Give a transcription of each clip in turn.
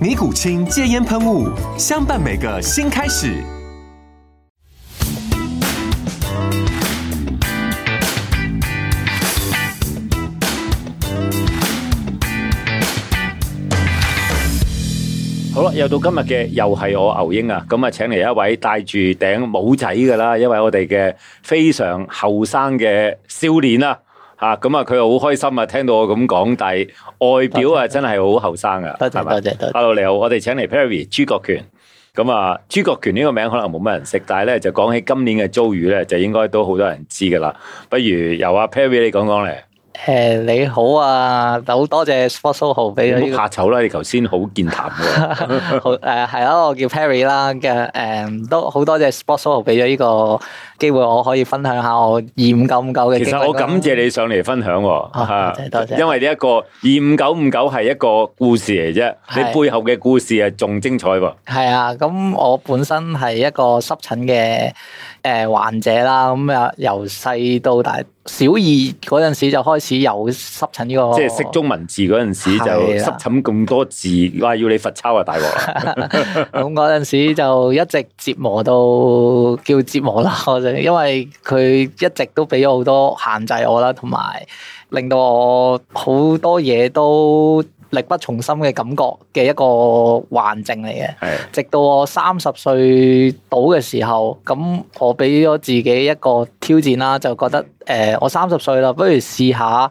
尼古清戒烟喷雾，相伴每个新开始。好啦，又到今日嘅又係我牛英啊，咁啊請嚟一位戴住頂帽仔噶啦，一位我哋嘅非常後生嘅少年啦、啊，吓咁啊佢又好開心啊，聽到我咁講，但係外表啊真係好後生啊，多謝係嘛多謝多謝 Hello，你好，我哋請嚟 Perry 朱國權。咁啊，朱國權呢個名可能冇乜人識，但係咧就講起今年嘅遭遇咧，就應該都好多人知噶啦。不如由阿 Perry 你講講咧，诶、你好啊，好多謝 Sport Soho 俾你咗啊呢唔好個怕醜啦，你頭先好健談喎。好诶係啦，我叫 Perry 啦嘅诶，誒都好多謝 Sport Soho 俾咗呢個機會，我可以分享下我二五九五九嘅其經歷實啦我感謝你上嚟分享喎，啊嚇多謝多謝因為呢一個二五九五九係一個故事嚟啫，你係背後嘅故事係仲精彩喎。係啊，咁我本身係一個濕疹嘅誒患者啦，咁啊由細到大，小二嗰陣時就開始有濕疹呢個，即係識中文字嗰陣時就係啦濕疹咁多字，哇！要你罰抄啊大鑊 啦！咁嗰陣時就一直折磨到叫折磨啦， 我就因為佢一直都俾咗好多限制我啦，同埋令到我好多嘢都力不從心嘅感覺嘅一個患症嚟嘅。係直到我三十歲到嘅時候，咁我俾咗自己一個挑戰啦，就覺得誒、呃我三十歲啦，不如試下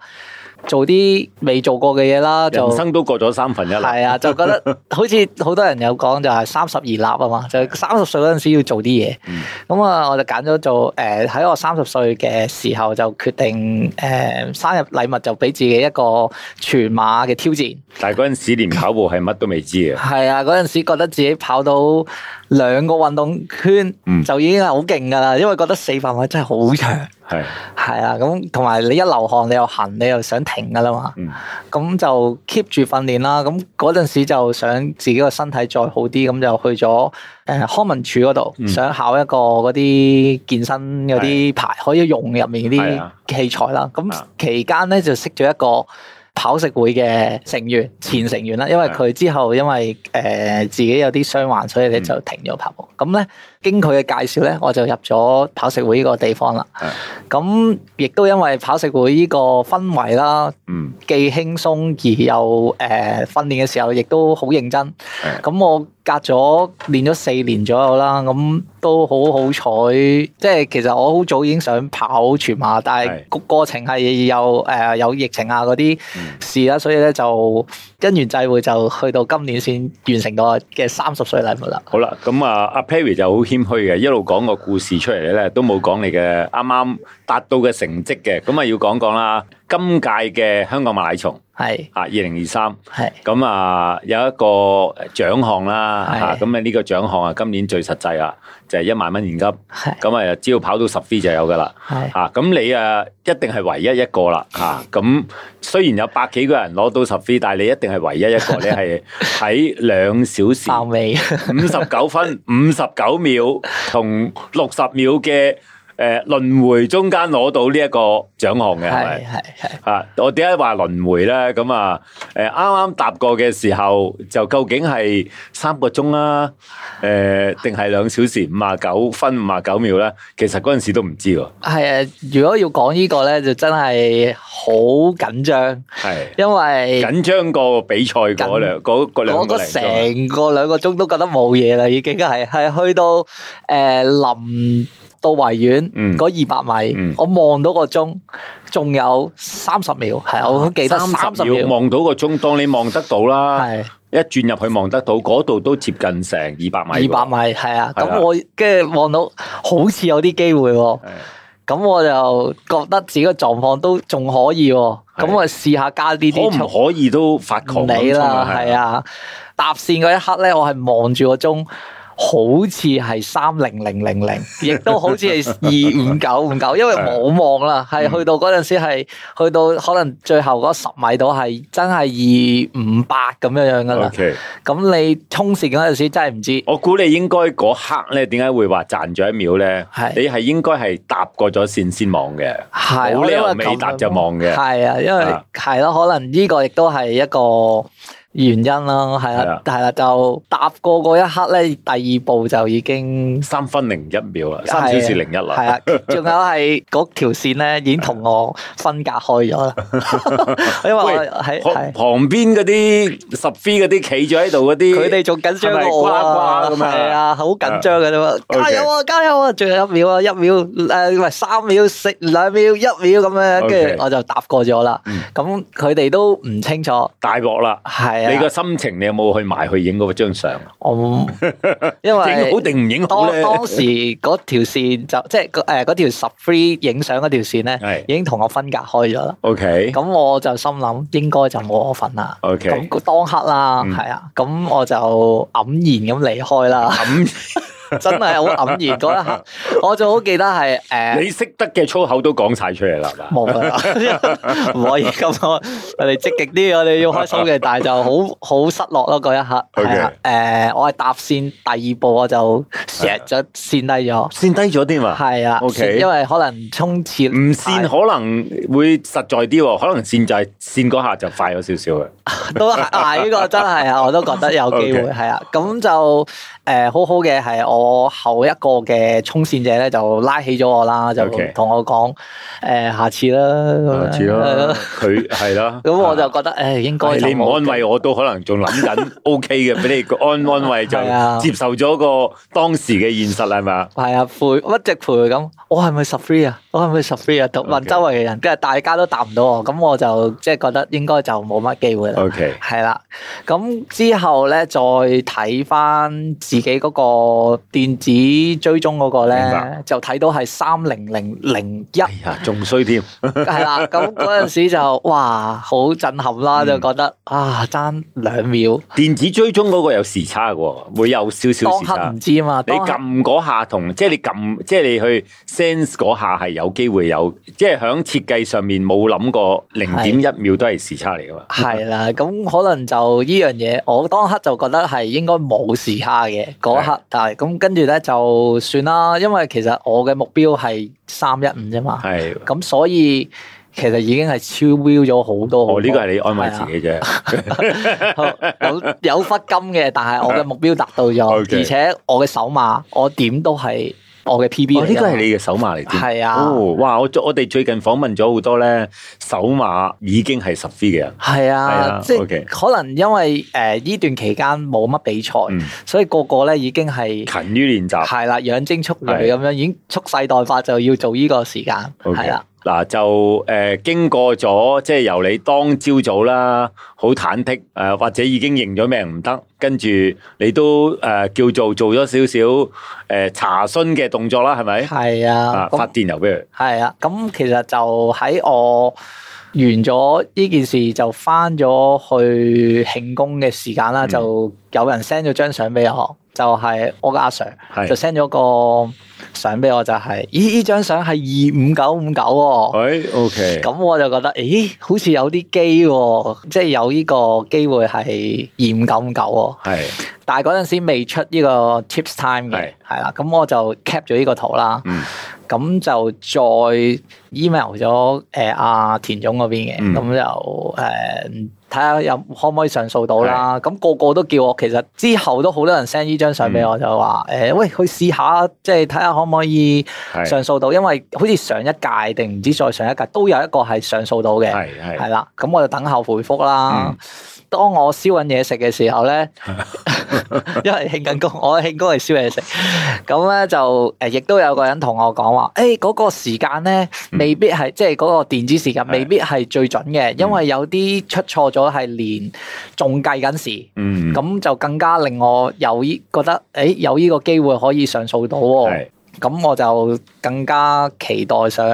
做啲未做過嘅嘢啦，就人生都過咗三分一啦，係啊，就 覺得好似好多人有講就係三十而立啊嘛，就三十歲嗰陣時要做啲嘢。嗯咁啊、我就揀咗做誒喺、我三十歲嘅時候就決定誒、呃生日禮物就俾自己一個全馬嘅挑戰。但係嗰陣時連跑步係乜都未知嘅。係啊，嗰陣時覺得自己跑到兩個運動圈、嗯就已經係好勁㗎啦，因為覺得四百米真係好長。係係啊，咁同埋你一流汗你又痕，你又想停㗎啦嘛。嗯咁就 keep 住訓練啦。咁嗰陣時就想自己個身體再好啲，咁就去咗誒、呃康文署嗰度，嗯想考一個嗰啲健身嗰啲牌，可以用入面係啲啊器材啦。咁啊期間咧就識咗一個。跑食會嘅成員，前成員啦，因為係佢之後因為誒、呃自己有啲傷患，所以嗯咧就停咗跑步。咁咧經佢嘅介紹咧，我就入咗跑食會呢個地方啦係。咁亦都因為跑食會呢個氛圍啦，嗯既輕鬆而又誒、呃、訓練嘅時候，亦都好認真係。咁我隔咗練咗四年左右啦，咁都好好彩。即係其實我好早已經想跑全馬，但係係個過程係有誒、呃有疫情啊嗰啲嗯事啦，所以咧就因緣際會就去到今年先完成到我嘅三十歲禮物啦。好啦，咁啊，阿 Perry 就好謙虛嘅，一路講個故事出嚟咧，都冇講你嘅啱啱達到嘅成績嘅，咁啊要講講啦。今屆嘅香港馬拉松係啊，二零二三，係咁啊有一個獎項啦，係嚇咁啊呢個獎項啊今年最實際啦，就係一萬蚊現金，係咁啊只要跑到十 V 就有噶啦。係啊，咁你啊，一定係唯一一個啦，啊，咁雖然有百幾個人攞到十 V，但係你一定係唯一一個，你 係喺兩小時爆尾。五十九分五十九秒同六十秒嘅誒輪迴中間攞到呢一個獎項嘅係係咪？係係啊！我點解話輪迴咧？咁啊，誒啱啱搭過嘅時候，就究竟係三個鐘啦、誒定係兩小時五啊九分五啊九秒咧？其實嗰陣時都唔知喎，係啊！如果要講呢個咧，就真係好緊張，係因為緊張過比賽嗰兩嗰嗰兩個嗰個零鐘啊呃成個兩個鐘都覺得冇嘢啦，已經係係去到誒臨到維嗯園嗰二百米嗯，我望到個鐘，仲有三十秒，係我記得三十啊秒秒，望啊到個鐘，當你望得到啦，係。一轉入去望得到，嗰度都接近成二百米二喎。百米係啊，係啊咁我跟住望到好似有啲機會喎，係咁我就覺得自己嘅狀況都仲可以喎，係咁我試下加呢啲可速唔可以都發唔狂咁理衝啦，係係啊，啊，搭線嗰一刻咧，我係望住個鐘，好似係三零 零零零，亦都好似係二五九五九，因為冇望啦，係嗯去到嗰陣時係去到可能最後嗰十米度係真係二五八咁樣樣噶啦 O，K，咁你衝線嗰陣時真係唔知。我估你應該嗰刻咧，點解會話賺咗一秒咧？係你係應該係搭過咗線先望嘅，系，冇理由未搭就望嘅系啊，因為啊係咯，可能呢個亦都係一個原因啦，係係啦啊，係啦，就搭過嗰一刻咧，第二步就已經三分零一秒啦，三小時零一啦。係啊，仲有係嗰條線咧已經同我分隔開咗 啦，因為我喂係旁係旁邊嗰啲十 f 嗰啲企咗喺度嗰啲，佢哋仲緊張係咪過我啊，呱呱咁啊係啊，好緊張嘅啫嘛， OK 加油啊，加油啊，仲有一秒啊，一秒誒，唔係三秒、四兩秒、一秒咁樣，跟 OK 住我就搭過咗啦嗯，咁佢哋都唔清楚。大鑊啦！係你個啊，心情，你有冇去埋去影嗰張相？啊我 唔因影好為定唔影好當咧？當時嗰條線就即係誒嗰條十 three 影相嗰條線係咧，已經同我分隔開咗啦。 O K，咁我就心諗應該就冇我份啦。 OK 咁當刻啦，嗯係啊，咁我就黯然咁離開啦， 咁真係好黯然嗰一刻，我仲好記得係誒你識得嘅粗口都講晒出嚟啦，係嘛冇啦，唔可以咁講。我哋積極啲，我哋要開心嘅，但係就好好失落咯嗰一刻。 OK 係啊，誒，我係搭線第二步我就石咗線低咗，線低咗添啊！係啦 OK 因為可能衝刺唔線可能會實在啲喎，可能線就係線嗰下就快咗少少嘅。都係啊！呢個真係啊，我都覺得有機會 OK 係啊。咁就誒好好嘅係我後一個嘅衝線者咧，就拉起咗我啦，就 OK 同我講誒下次啦，下次啦，佢係啦。啊咁我就覺得誒應該唉就你唔冇安慰我都可能仲諗緊 O K 嘅，俾你 個安安慰就係啊接受咗個當時嘅現實係嘛？系啊，陪一直陪佢咁，我係咪十 three 啊？我係咪十 three 啊？同 OK 問周圍嘅人，跟住大家都答唔到我，咁我就即係覺得應該就冇乜機會啦。 OK 係啊啦，咁之後咧再睇翻自己嗰個電子追蹤嗰個明咧白，就睇到係三零零零一。哎呀，仲衰添，係啦，咁嗰陣時就哇好震撼嗯啦，就覺得啊爭兩秒，電子追蹤嗰個有時差嘅喎，會有少少當時刻差唔。知啊嘛，你當刻撳嗰下同即係你撳，即係你去 sense 嗰下係有機會有，即係喺設計上面冇諗過零點一秒都係時差嚟噶嘛。係啦，咁可能就呢樣嘢，我當刻就覺得係應該冇時差嘅嗰一刻，但係咁跟住咧就算啦，因為其實我嘅目標係三一五啫嘛，係，咁所以其實已經係超標咗好多好多。哦，呢個係你哦安慰自己啫。係啊 有有忽金嘅，但係我嘅目標達到 咗， OK 而且我嘅手碼我點都係我嘅 PB 哦，嚟呢㗎個係你嘅手碼嚟添。係啊哦，哇！我我哋最近訪問咗好多咧，手碼已經係十 V 嘅人。係係啊啊，即 OK 係可能因為誒呢段期間冇乜比賽，嗯所以個個咧已經係。勤於練習。係啦，啊養精蓄鋭係咁樣，已經蓄勢待發，就要做呢個時間， OK 係啊啦，嗱就誒、呃、經過咗，即係由你當朝早啦，好忐忑誒、呃或者已經認咗命唔得，跟住你都誒、呃叫做做咗少少誒查詢嘅動作啦，係咪？係啊，啊，發咁電郵俾佢。係啊，咁其實就喺我完咗呢件事就翻咗去慶功嘅時間啦，嗯就有人 send 咗張相俾我，就係我嘅阿 Sir 係就 send 咗個相俾我，就係咦呢張相係二五九五九喎。喂，OK，哎咁我就覺得，咦，好似有啲機喎，即係有呢個機會係二五九五九喎。係，但係嗰陣時未出呢個 tips time 係嘅，係啦，咁我就 cap 咗呢個圖啦，嗯咁就再 email 咗誒阿田總嗰邊嘅，嗯咁就誒睇下有可唔可以上訴到啦。咁個個都叫我，其實之後都好多人 send 呢張相俾嗯我，就話誒喂去試下，即係睇下可唔可以係，上訴到，因為好似上一屆定唔知再上一屆都有一個係上訴到嘅。係係嗯係 啦，咁我就等候回覆啦。當我燒緊嘢食嘅時候咧，因為慶緊工，我慶工係燒嘢食。咁咧就誒，亦都有個人同我講話，誒、嗰、個時間咧嗯未必係、即係嗰個電子時間未必係最準嘅，因為有啲出錯咗係連仲計緊時。嗯，咁就更加令我有依覺得，誒、有呢個機會可以上訴到喎、係咁我就更加期待想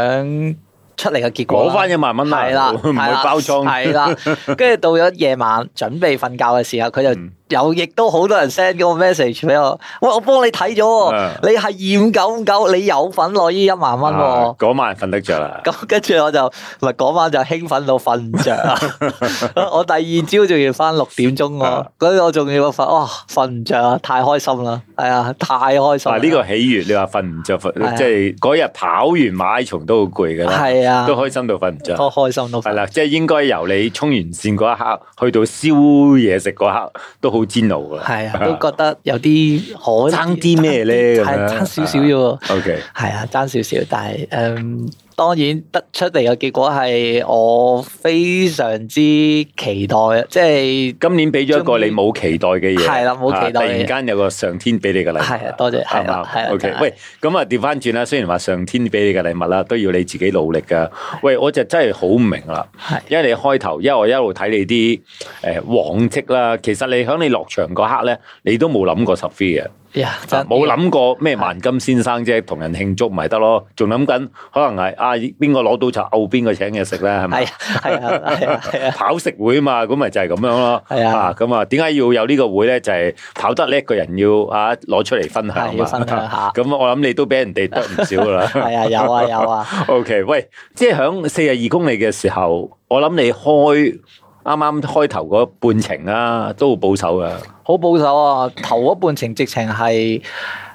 出嚟嘅結果攞啦。翻一萬蚊啦，係啦， 唔係會啦包裝，啊 係啦，跟住到咗夜晚準備瞓覺嘅時候，佢就嗯有亦都好多人 send 個 message 俾我，喂，我幫你睇咗喎啊，你係二五九五九，你有份攞呢一萬蚊啊喎。嗰晚瞓得着啦。咁跟住我就咪嗰晚就興奮到瞓唔着啊！ 我第二朝仲要翻六點鐘喎啊，嗰啲我仲要瞓，哇瞓唔着啊！太開心啦，係啊，太開心啦！嗱，呢個喜悅，你話瞓唔着，係啊瞓即係嗰日跑完馬拉松都好攰噶啦，係啊，都開心到瞓唔着。都開心到系瞓。啦，即係應該由你衝完線嗰一刻，去到燒嘢食嗰一刻，都好煎熬噶。係啊，都覺得有啲可爭啲咩咧係咁樣爭少少啫 喎。O K，係啊，爭少少，但係誒、嗯，當然得出嚟嘅結果係我非常之期待，即係今年俾咗一個你冇期待嘅嘢，係啦冇期待啊突嘅嘢然間有個上天俾你嘅禮物，係啊多謝係啦係啦 O K，真係喂，咁啊調翻轉啦，雖然話上天俾你嘅禮物啦，都要你自己努力噶。喂，我就真係好唔明啦，係因為你開頭，因為我一路睇你啲誒往績啦，其實你喺你落場嗰刻咧，你都冇諗過十飛嘅。呀，真啊冇諗過咩萬金先生啫，同人慶祝咪得咯？仲諗緊可能係啊邊個攞到就摳邊個請嘢食咧，係咪係？啊係啊係 啊係啊，跑食會嘛，咁咪就係咁樣咯。係啊咁啊，點解要有呢個會咧？就係跑得叻嘅人要啊攞出嚟分享係要分享嘛。下， 咁我諗你都俾人哋得唔少噶 啦。係啊有啊有啊， O、k 喂，即係響四十二公里嘅時候，我諗你開啱啱開頭嗰半程啊，都好保守噶。好保守啊，頭嗰半程直情係。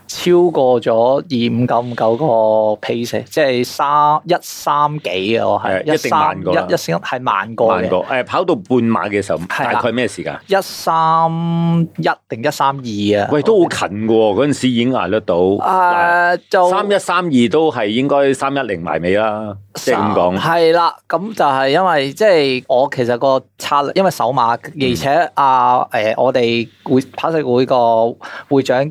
超過咗二五九五九個 pace，即係三一三幾啊！我係係一定慢過啦一一先係慢過慢嘅，過誒，跑到半馬嘅時候，係啊啦大概咩時間？一三一定一三二啊！喂，都好近嘅喎，嗰陣時已經捱得到。诶，啊就三一三二都係應該三一零埋尾啦，即係咁講。系啦，咁就係因為即係我其實個策略，因為手馬，嗯而且啊诶、我哋會跑食會個會長，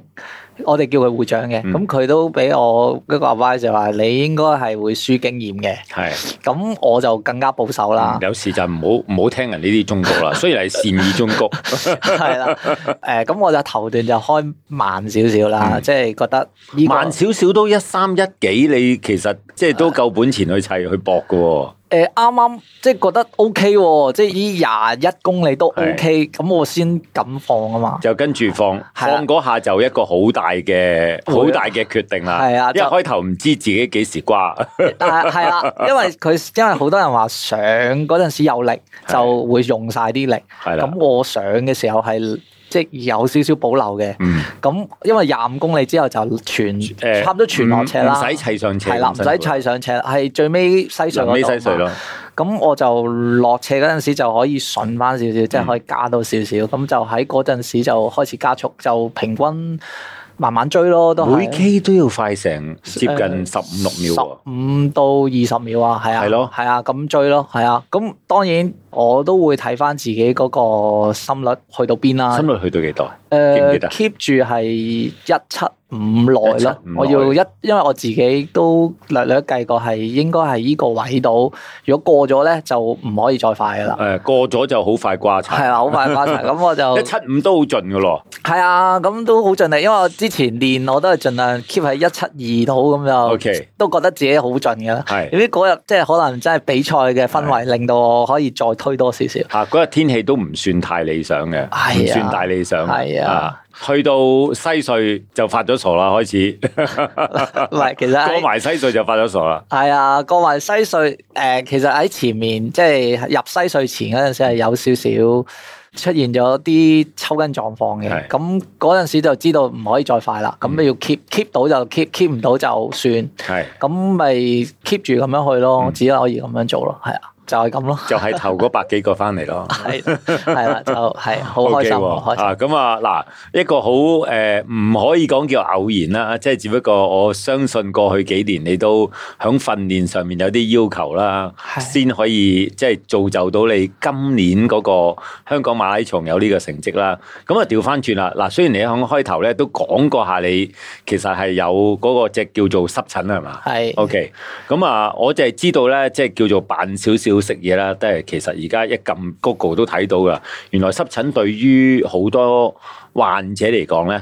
我哋叫佢會長嘅，嗯咁佢、都俾我一個 advice 就話你應該係會輸經驗嘅，係，咁我就更加保守啦嗯，有時就唔好唔好聽人呢啲忠告啦。 雖然係善意忠告，係啦、诶咁、我就頭段就開慢少少啦，嗯即係覺得呢、個。慢少少都一三一幾，你其實即係都夠本錢去砌去搏嘅喎。誒啱啱即係覺得 O K 喎，即係呢廿一公里都 O K，咁我先敢放 啊嘛。就跟住放放嗰下就一個好大嘅會好大嘅決定啦。係啊一就開頭唔知自己幾時瓜，但係係啦，因為佢因為好多人話上嗰陣時有力係就會用晒啲力，係啦咁。我上嘅時候係即係有少少保留嘅。嗯，咁因為廿五公里之後就全 誒差唔多全落車啦，唔使砌上車，係啦，唔使砌上車，係最尾西隧臨尾西嗰隧度咯嘛。。咁我就落斜嗰陣時就可以順翻少少，嗯即係可以加到少少，咁就喺嗰陣時就開始加速，就平均慢慢追咯，都係每 K 都要快成接近十五六秒喎。啊五到二十秒啊，係啊，係咯係啊，咁追咯，係啊，咁當然我都會睇翻自己嗰個心率去到邊啦，心率去到幾多？記唔記誒得 keep 住係一七五內咯175，我要一，因為我自己都略略計過係應該係呢個位度，如果過咗咧就唔可以再快噶啦。诶、過咗就好快瓜柴係，啊啦，好快瓜柴，咁我就 一七五都好盡噶咯。係啊，咁都好盡力，因為我之前練我都係盡量 keep 喺一七二度咁就 OK 都覺得自己好盡嘅啦。係有啲嗰日即係可能真係比賽嘅氛圍，令到我可以再推多 少少。吓啊嗰日天氣都唔算太理想嘅，唔、係啊算太理想。係啊去到西隧就發咗傻啦，開始唔係，其實 過係埋西隧就發咗傻啦。係啊，過埋西隧誒、其實喺前面即係入西隧前嗰陣時係有少少出現咗啲抽筋狀況嘅。係嗯咁嗰陣時就知道唔可以再快啦，咁你要 keep keep 到就 keep keep 唔到就算。係咁咪 keep 住咁樣去咯，嗯只可以咁樣做咯，係啊，就係咁咯，就係頭嗰百幾個翻嚟咯。係 係啦，就係好開 OK 心，喎好開心。啊！咁啊，嗱，一個好诶，唔、可以講叫偶然啦，即係只不過我相信過去幾年你都響訓練上面有啲要求啦，係先可以即係造就到你今年嗰個香港馬拉松有呢個成績啦。咁啊，調翻轉啦，嗱，雖然你響開頭咧都講過下你其實係有嗰個隻叫做濕疹啦，係嘛？係 O.K. 咁啊，我就係知道咧，即係叫做扮少少食嘢啦。都係其實而家一撳 Google 都睇到噶。原來濕疹對於好多患者嚟講咧，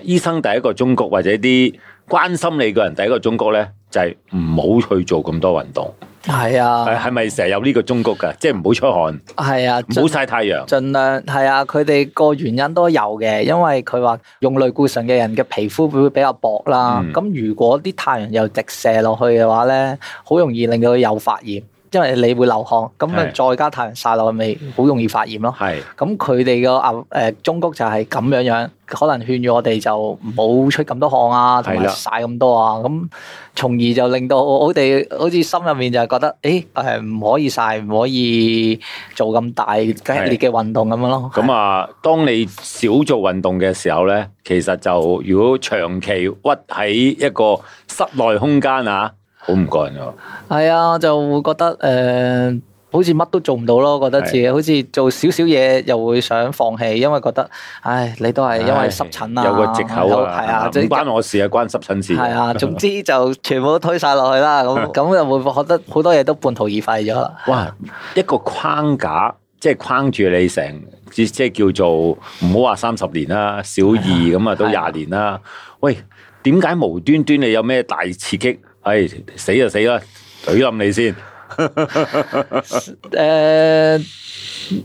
誒、醫生第一個忠告或者啲關心你嘅人第一個忠告咧，就係唔好去做咁多運動。係係啊係咪成日有呢個忠告㗎？即係唔好出汗，係啊，唔好曬太陽。盡量係啊，佢哋個原因都有嘅，因為佢話用類固醇嘅人嘅皮膚會比較薄啦嗯。咁、如果啲太陽又直射落去嘅話咧，好容易令到佢又發炎，因為你會流汗，咁咪係再加太陽晒落去，咪好容易發炎咯。係咁佢哋個啊誒中谷就係咁樣樣，可能勸喻我哋就唔好出咁多汗啊，同係埋啦晒咁多啊，咁從而就令到我哋好似心入面就係覺得，誒誒唔可以晒，唔可以做咁大激烈嘅運動咁樣咯。咁啊，當你少做運動嘅時候咧，其實就如果長期屈喺一個室內空間啊，好唔過癮㗎。係啊，我就會覺得誒、呃好似乜都做唔到咯，覺得自己好似做少少嘢又會想放棄，因為覺得，唉，你都係因為濕疹啊，有個藉口啊，係啊，即唔係關我事啊，關濕疹事。係啊，總之就全部都推晒落去啦。咁咁就會覺得好多嘢都半途而廢咗啦。哇，一個框架即係框住你成，即即係叫做唔好話三十年啦，小二咁啊都係啊廿年啦。喂，點解無端端你有咩大刺激？唉，死就死啦，懟冧你先。誒、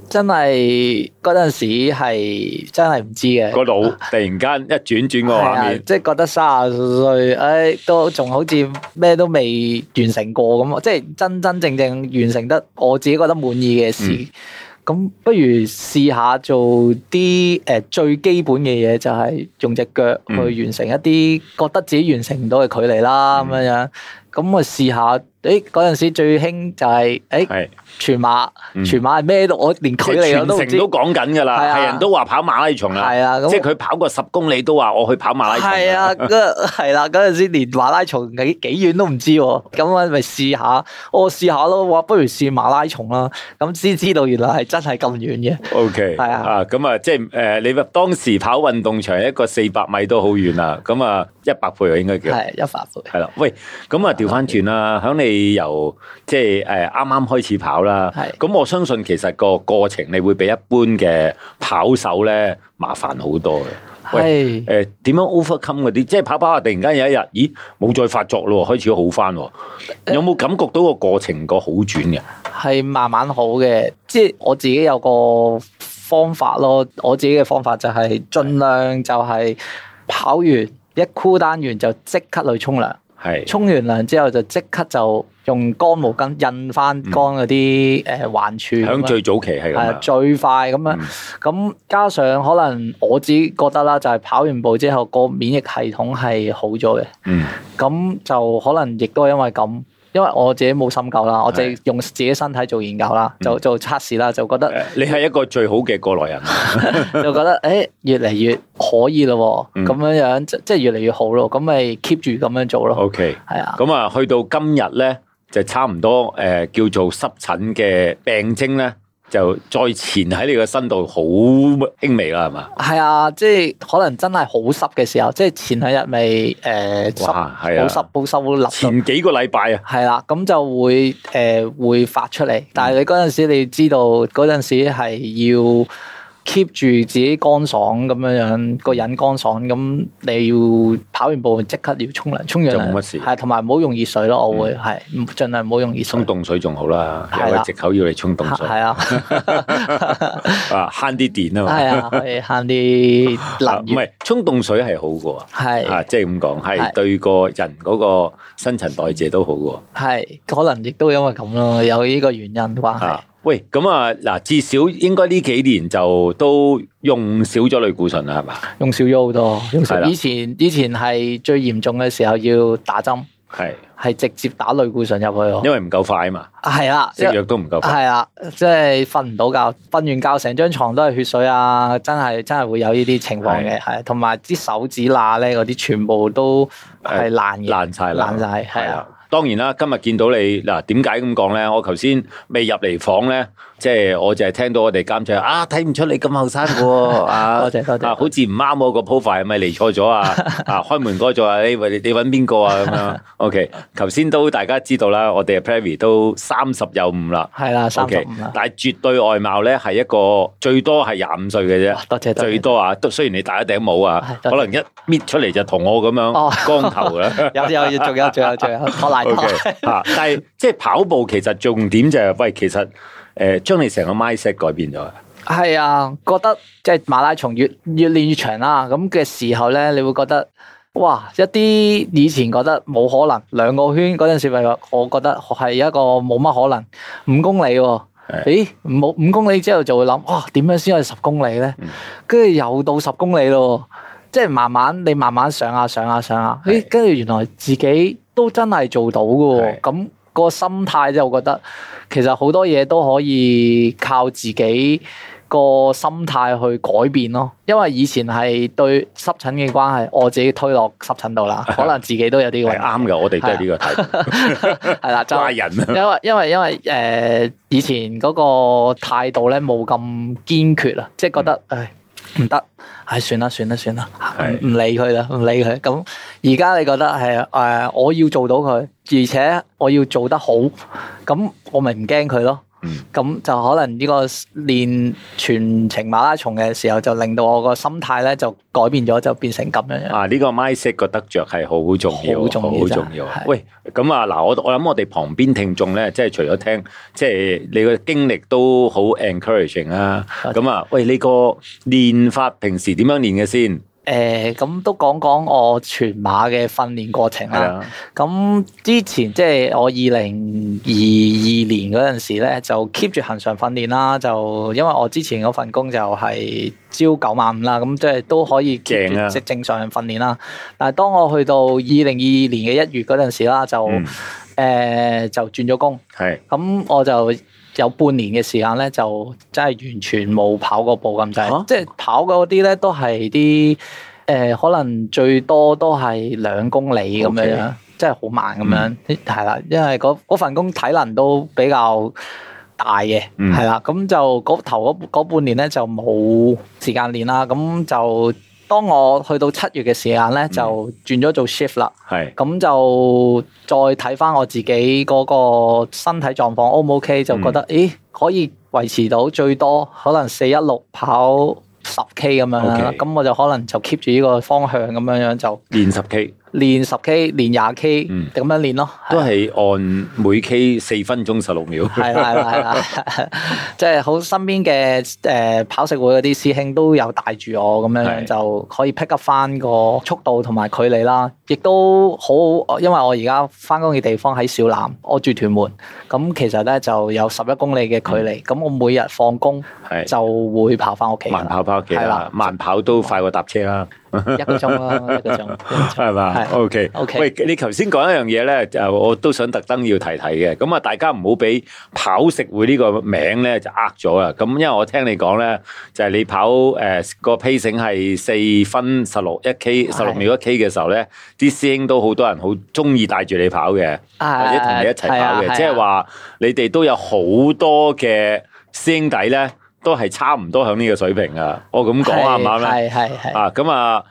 真係嗰陣時係真係唔知嘅。個腦突然間一轉轉個係畫啊，面，即係覺得三十歲，唉，都仲好似咩都未完成過咁，即係真真正正完成得我自己覺得滿意嘅事。嗯咁不如試下做啲誒、呃最基本嘅嘢，就係用只腳嗯嗯去完成一啲覺得自己完成唔到嘅距離啦，咁樣樣。咁我試下，誒嗰陣時最興就係、誒、係全馬，嗯全馬係咩都我連距即係離我全都唔知城。都講緊㗎啦，係啊係人都話跑馬拉松啦，係啊，咁即係佢跑過十公里都話我去跑馬拉松。系啊，嗰系啦，嗰阵时连馬拉松幾幾遠都唔知喎，咁我咪試下，我試下咯，哇，不如試馬拉松啦，咁先知道原來係真係咁遠嘅， O K，係啊咁啊，即係诶、誒你當時跑運動場一個四百米都好遠啦，咁啊，一百倍啊，應該叫係係一百倍，啦。喂，咁啊，調翻轉啦，響你由即係诶啱啱開始跑啦，係咁我相信其實個過程你會比一般嘅跑手咧麻煩好多嘅。喂，係诶、點樣 overcome 嗰啲？即係跑跑下，突然間有一日，咦，冇再發作咯喎，開始好翻喎。有冇感覺到個過程個好轉嘅？係慢慢好嘅，即係我自己有個方法咯，我自己嘅方法就係盡量就係跑完一 cool 單完就即刻去沖涼。係沖完涼之後就即刻就用乾毛巾印翻乾嗰啲誒患處咁樣，響最早期係咁係啊啊，最快咁樣嗯。咁加上可能我自己覺得啦，就係跑完步之後個免疫系統係好咗嘅，嗯。咁就可能亦都係因為咁。因為我自己冇深究啦，我自己用自己身體做研究啦，嗯就做測試啦，就覺 得誒你係一個最好嘅過來人，啊 就覺得誒、欸越嚟越可以咯嗯喎，咁樣樣即即係越嚟越好咯，咁咪 keep 住咁樣做咯， O K，係啊。咁啊，去到今日咧，就差唔多誒、呃叫做濕疹嘅病徵咧，就再纏喺你個身度，好輕微啦，係嘛？係啊，即係可能真係好濕嘅時候，即係前兩日咪誒濕好哇，係啊，濕好濕好立到。前幾個禮拜啊，係啦，咁就會誒、呃、會發出嚟，但係你嗰陣時你要知道嗰陣時係要 keep 住自己乾爽咁樣樣，個人乾爽，咁你要跑完步即刻要沖涼，沖完就冇乜涼事嗯係同埋唔好用熱水咯，我會係唔盡量唔好用熱水沖，凍水仲好啦，係啦有個藉口要你沖凍水，係啊，啊慳啲電啊嘛 係，啊，可以慳啲啊能唔源，係沖凍水係好嘅係喎，啊即係咁講，係係對個人嗰個新陳代謝都好嘅喎。係，可能亦都因為咁咯，有呢個原因關係啊。，喂，咁啊，嗱，至少應該呢幾年就都用少咗類固醇啦，係嘛？用少咗好多，用係少啦以前以前係最嚴重嘅時候要打針，係係直接打類固醇入去因喎。為唔夠快嘛，哦係啦，食藥都唔夠快。係啦，即係瞓唔到覺，瞓完覺成張床都係血水啊！真係真係會有呢啲情況嘅，係同埋啲手指罅咧嗰啲全部都係爛嘅，爛晒啦爛晒係係啊啊，。當然啦，今日見到你嗱，點解咁講咧？我頭先未入嚟房咧，即係我就係聽到我哋監製啊，睇唔出你咁後生嘅喎，啊， 多謝多謝啊，好似唔啱我個 profile，係咪嚟錯咗啊？ 啊，開門嗰座啊，你你你揾邊個啊？咁樣 OK，頭先都大家知道啦，我哋 Perry 都三十有五啦。係啦，三十 OK，五啦，但係絕對外貌咧係一個最多係廿五歲嘅啫哇。多謝多謝最多啊，都雖然你戴咗頂帽啊，係可能一搣出嚟就同我咁哦樣光頭 啦。有有有，仲有仲有 仲有，拖拉 O 拖 K 吓，啊但係即係跑步其實重點就係、喂，其實诶將、你成個 mindset 改變咗，係啊，覺得即係馬拉松越越練越長啦，咁嘅時候咧，你會覺得哇，一啲以前覺得冇可能兩個圈嗰陣時，咪話我覺得係一個冇乜可能五公里喎、係咦，冇五公里之後就會諗，哇，點樣先係十公里咧？跟住又到十公里咯喎，即係慢慢你慢慢上啊上啊上啊，咦，跟住原來自己都真係做到嘅喎，係咁個心態就覺得其實好多嘢都可以靠自己個心態去改變咯，因為以前係對濕疹嘅關係，我自己推落濕疹 度啦，可能自己都有啲係啊位啱嘅。我哋都係呢個睇法，係啦，就怪人啊， 因為因為因為誒、呃以前嗰個態度咧冇咁堅決啊，即係覺得誒唔得，唉算啦算啦算啦，唔嗯係唔理佢啦唔理佢。咁而家你覺得係誒、呃我要做到佢，而且我要做得好，咁我咪唔驚佢咯嗯。咁就可能呢個練全程馬拉松嘅時候，就令到我個心態咧就改變咗，就變成咁樣樣。啊呢、個 mindset 個得着係好重要，好重要好真係重要。係喂，咁啊嗱，我我諗我哋旁邊聽眾咧，即係除咗聽，即係你個經歷都好 encouraging 啊。多謝咁啊，喂，你個練法平時點樣練嘅先？誒咁、都講講我全馬嘅訓練過程係啦。啊，咁之前即係我二零二二年嗰陣時咧，就 keep 住恒常訓練啦。就因為我之前嗰份工就係朝九晚五啦，咁即係都可以 keep 正啊住即係正常訓練啦。但係當我去到二零二二年嘅一月嗰陣時啦，就誒、嗯呃就轉咗工，係咁我就。有半年嘅時間咧，就真係完全冇跑過步咁滯，嚇即係跑嗰啲咧都係啲誒，可能最多都係兩公里咁樣 OK 嗯樣。真係好慢咁樣，係啦、因為嗰嗰份工體能都比較大嘅，嗯係啦、咁就嗰頭嗰嗰半年咧就冇時間練啦，咁就當我去到七月嘅時間咧，就嗯轉咗做 shift 啦，係咁就再睇翻我自己嗰個身體狀況 O 唔 OK，就覺嗯得咦可以維持到最多可能四一六跑十 K 咁樣啦， OK 咁我就可能就 keep 住呢個方向咁樣樣就。練十 K。練十 K、練廿 K 嗯咁樣練咯，都係按每 K 四分鐘十六 秒，係啦係啦係 啦，即係好身邊嘅誒跑食會嗰啲師兄都有帶住我咁樣係樣就可以 pick up 翻個速度同埋距離啦，亦都好，因為我而家翻工嘅地方喺小欖，我住屯門，咁其實咧就有十一公里嘅距離，咁我每日放工嗯係就會跑翻屋企㗎慢啦，跑翻屋企係啦啦，慢跑都快過搭車啦，一個鐘啦，一 個鐘。係嘛係？OK OK 喂，你頭先講一樣嘢咧，就呃我都想特登要提提嘅。咁啊，大家唔好俾跑食會呢個名咧就呃咗啦。咁因為我聽你講咧，就係你跑誒個 pacing 係四分十六一 K 十六秒一 K 嘅時候咧，啲師兄都好多人好中意帶住你跑嘅。或者同你一齊係啊跑係啊嘅，即係話你哋都有好多嘅師兄弟咧，都係差唔多響呢個水平啊！我咁講啱唔啱咧？係係係。啊，咁啊，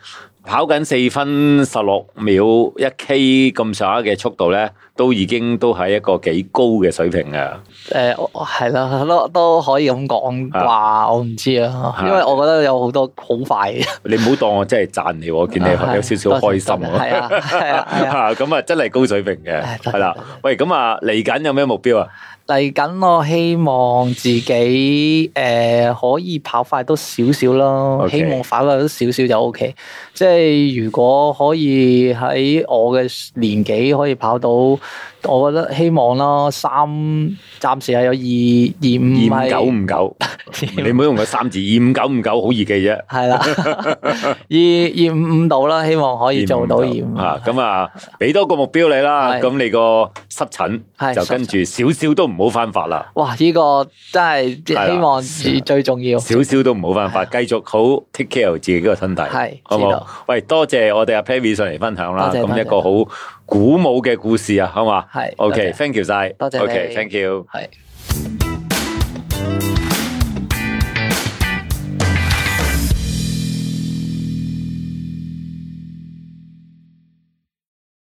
跑緊四分十六秒一 K 咁上下嘅速度咧，都已經都係一個幾高嘅水平啊！誒，呃我我係啦，都都可以咁講啊啩，我唔知啊，啊因為我覺得有好多好快嘅，你唔好當我真係讚你喎，我見你啊 有少少開心多謝多謝係啊係啊 係啊喎。咁啊，真係高水平嘅，唉多謝係啦多謝。喂，咁啊，嚟緊有咩目標啊？嚟緊我希望自呃己誒、可以跑快多少少咯 OK 希望跑快多少少就 O K。即係係如果可以喺我嘅年紀可以跑到，我覺得希望啦，三暫時係有二二二五九五 五九，你唔好用個三字，二五九五九好易記啫。係啦， 二二五五到啦，希望可以做到二五啊！咁啊，俾多個目標你啦，係咁你個濕疹係就跟住少少都唔好翻發啦，哇！呢、個真係係啦希望最最重要。少少都唔好翻發，繼續好 take care 自己個身體，係好知冇道？喂，多謝我哋阿 Perry 上嚟分享啦，多謝咁一個多謝好鼓舞嘅故事啊，好嘛？係多謝，OK，thank you 晒，多謝你 OK，thank you。係。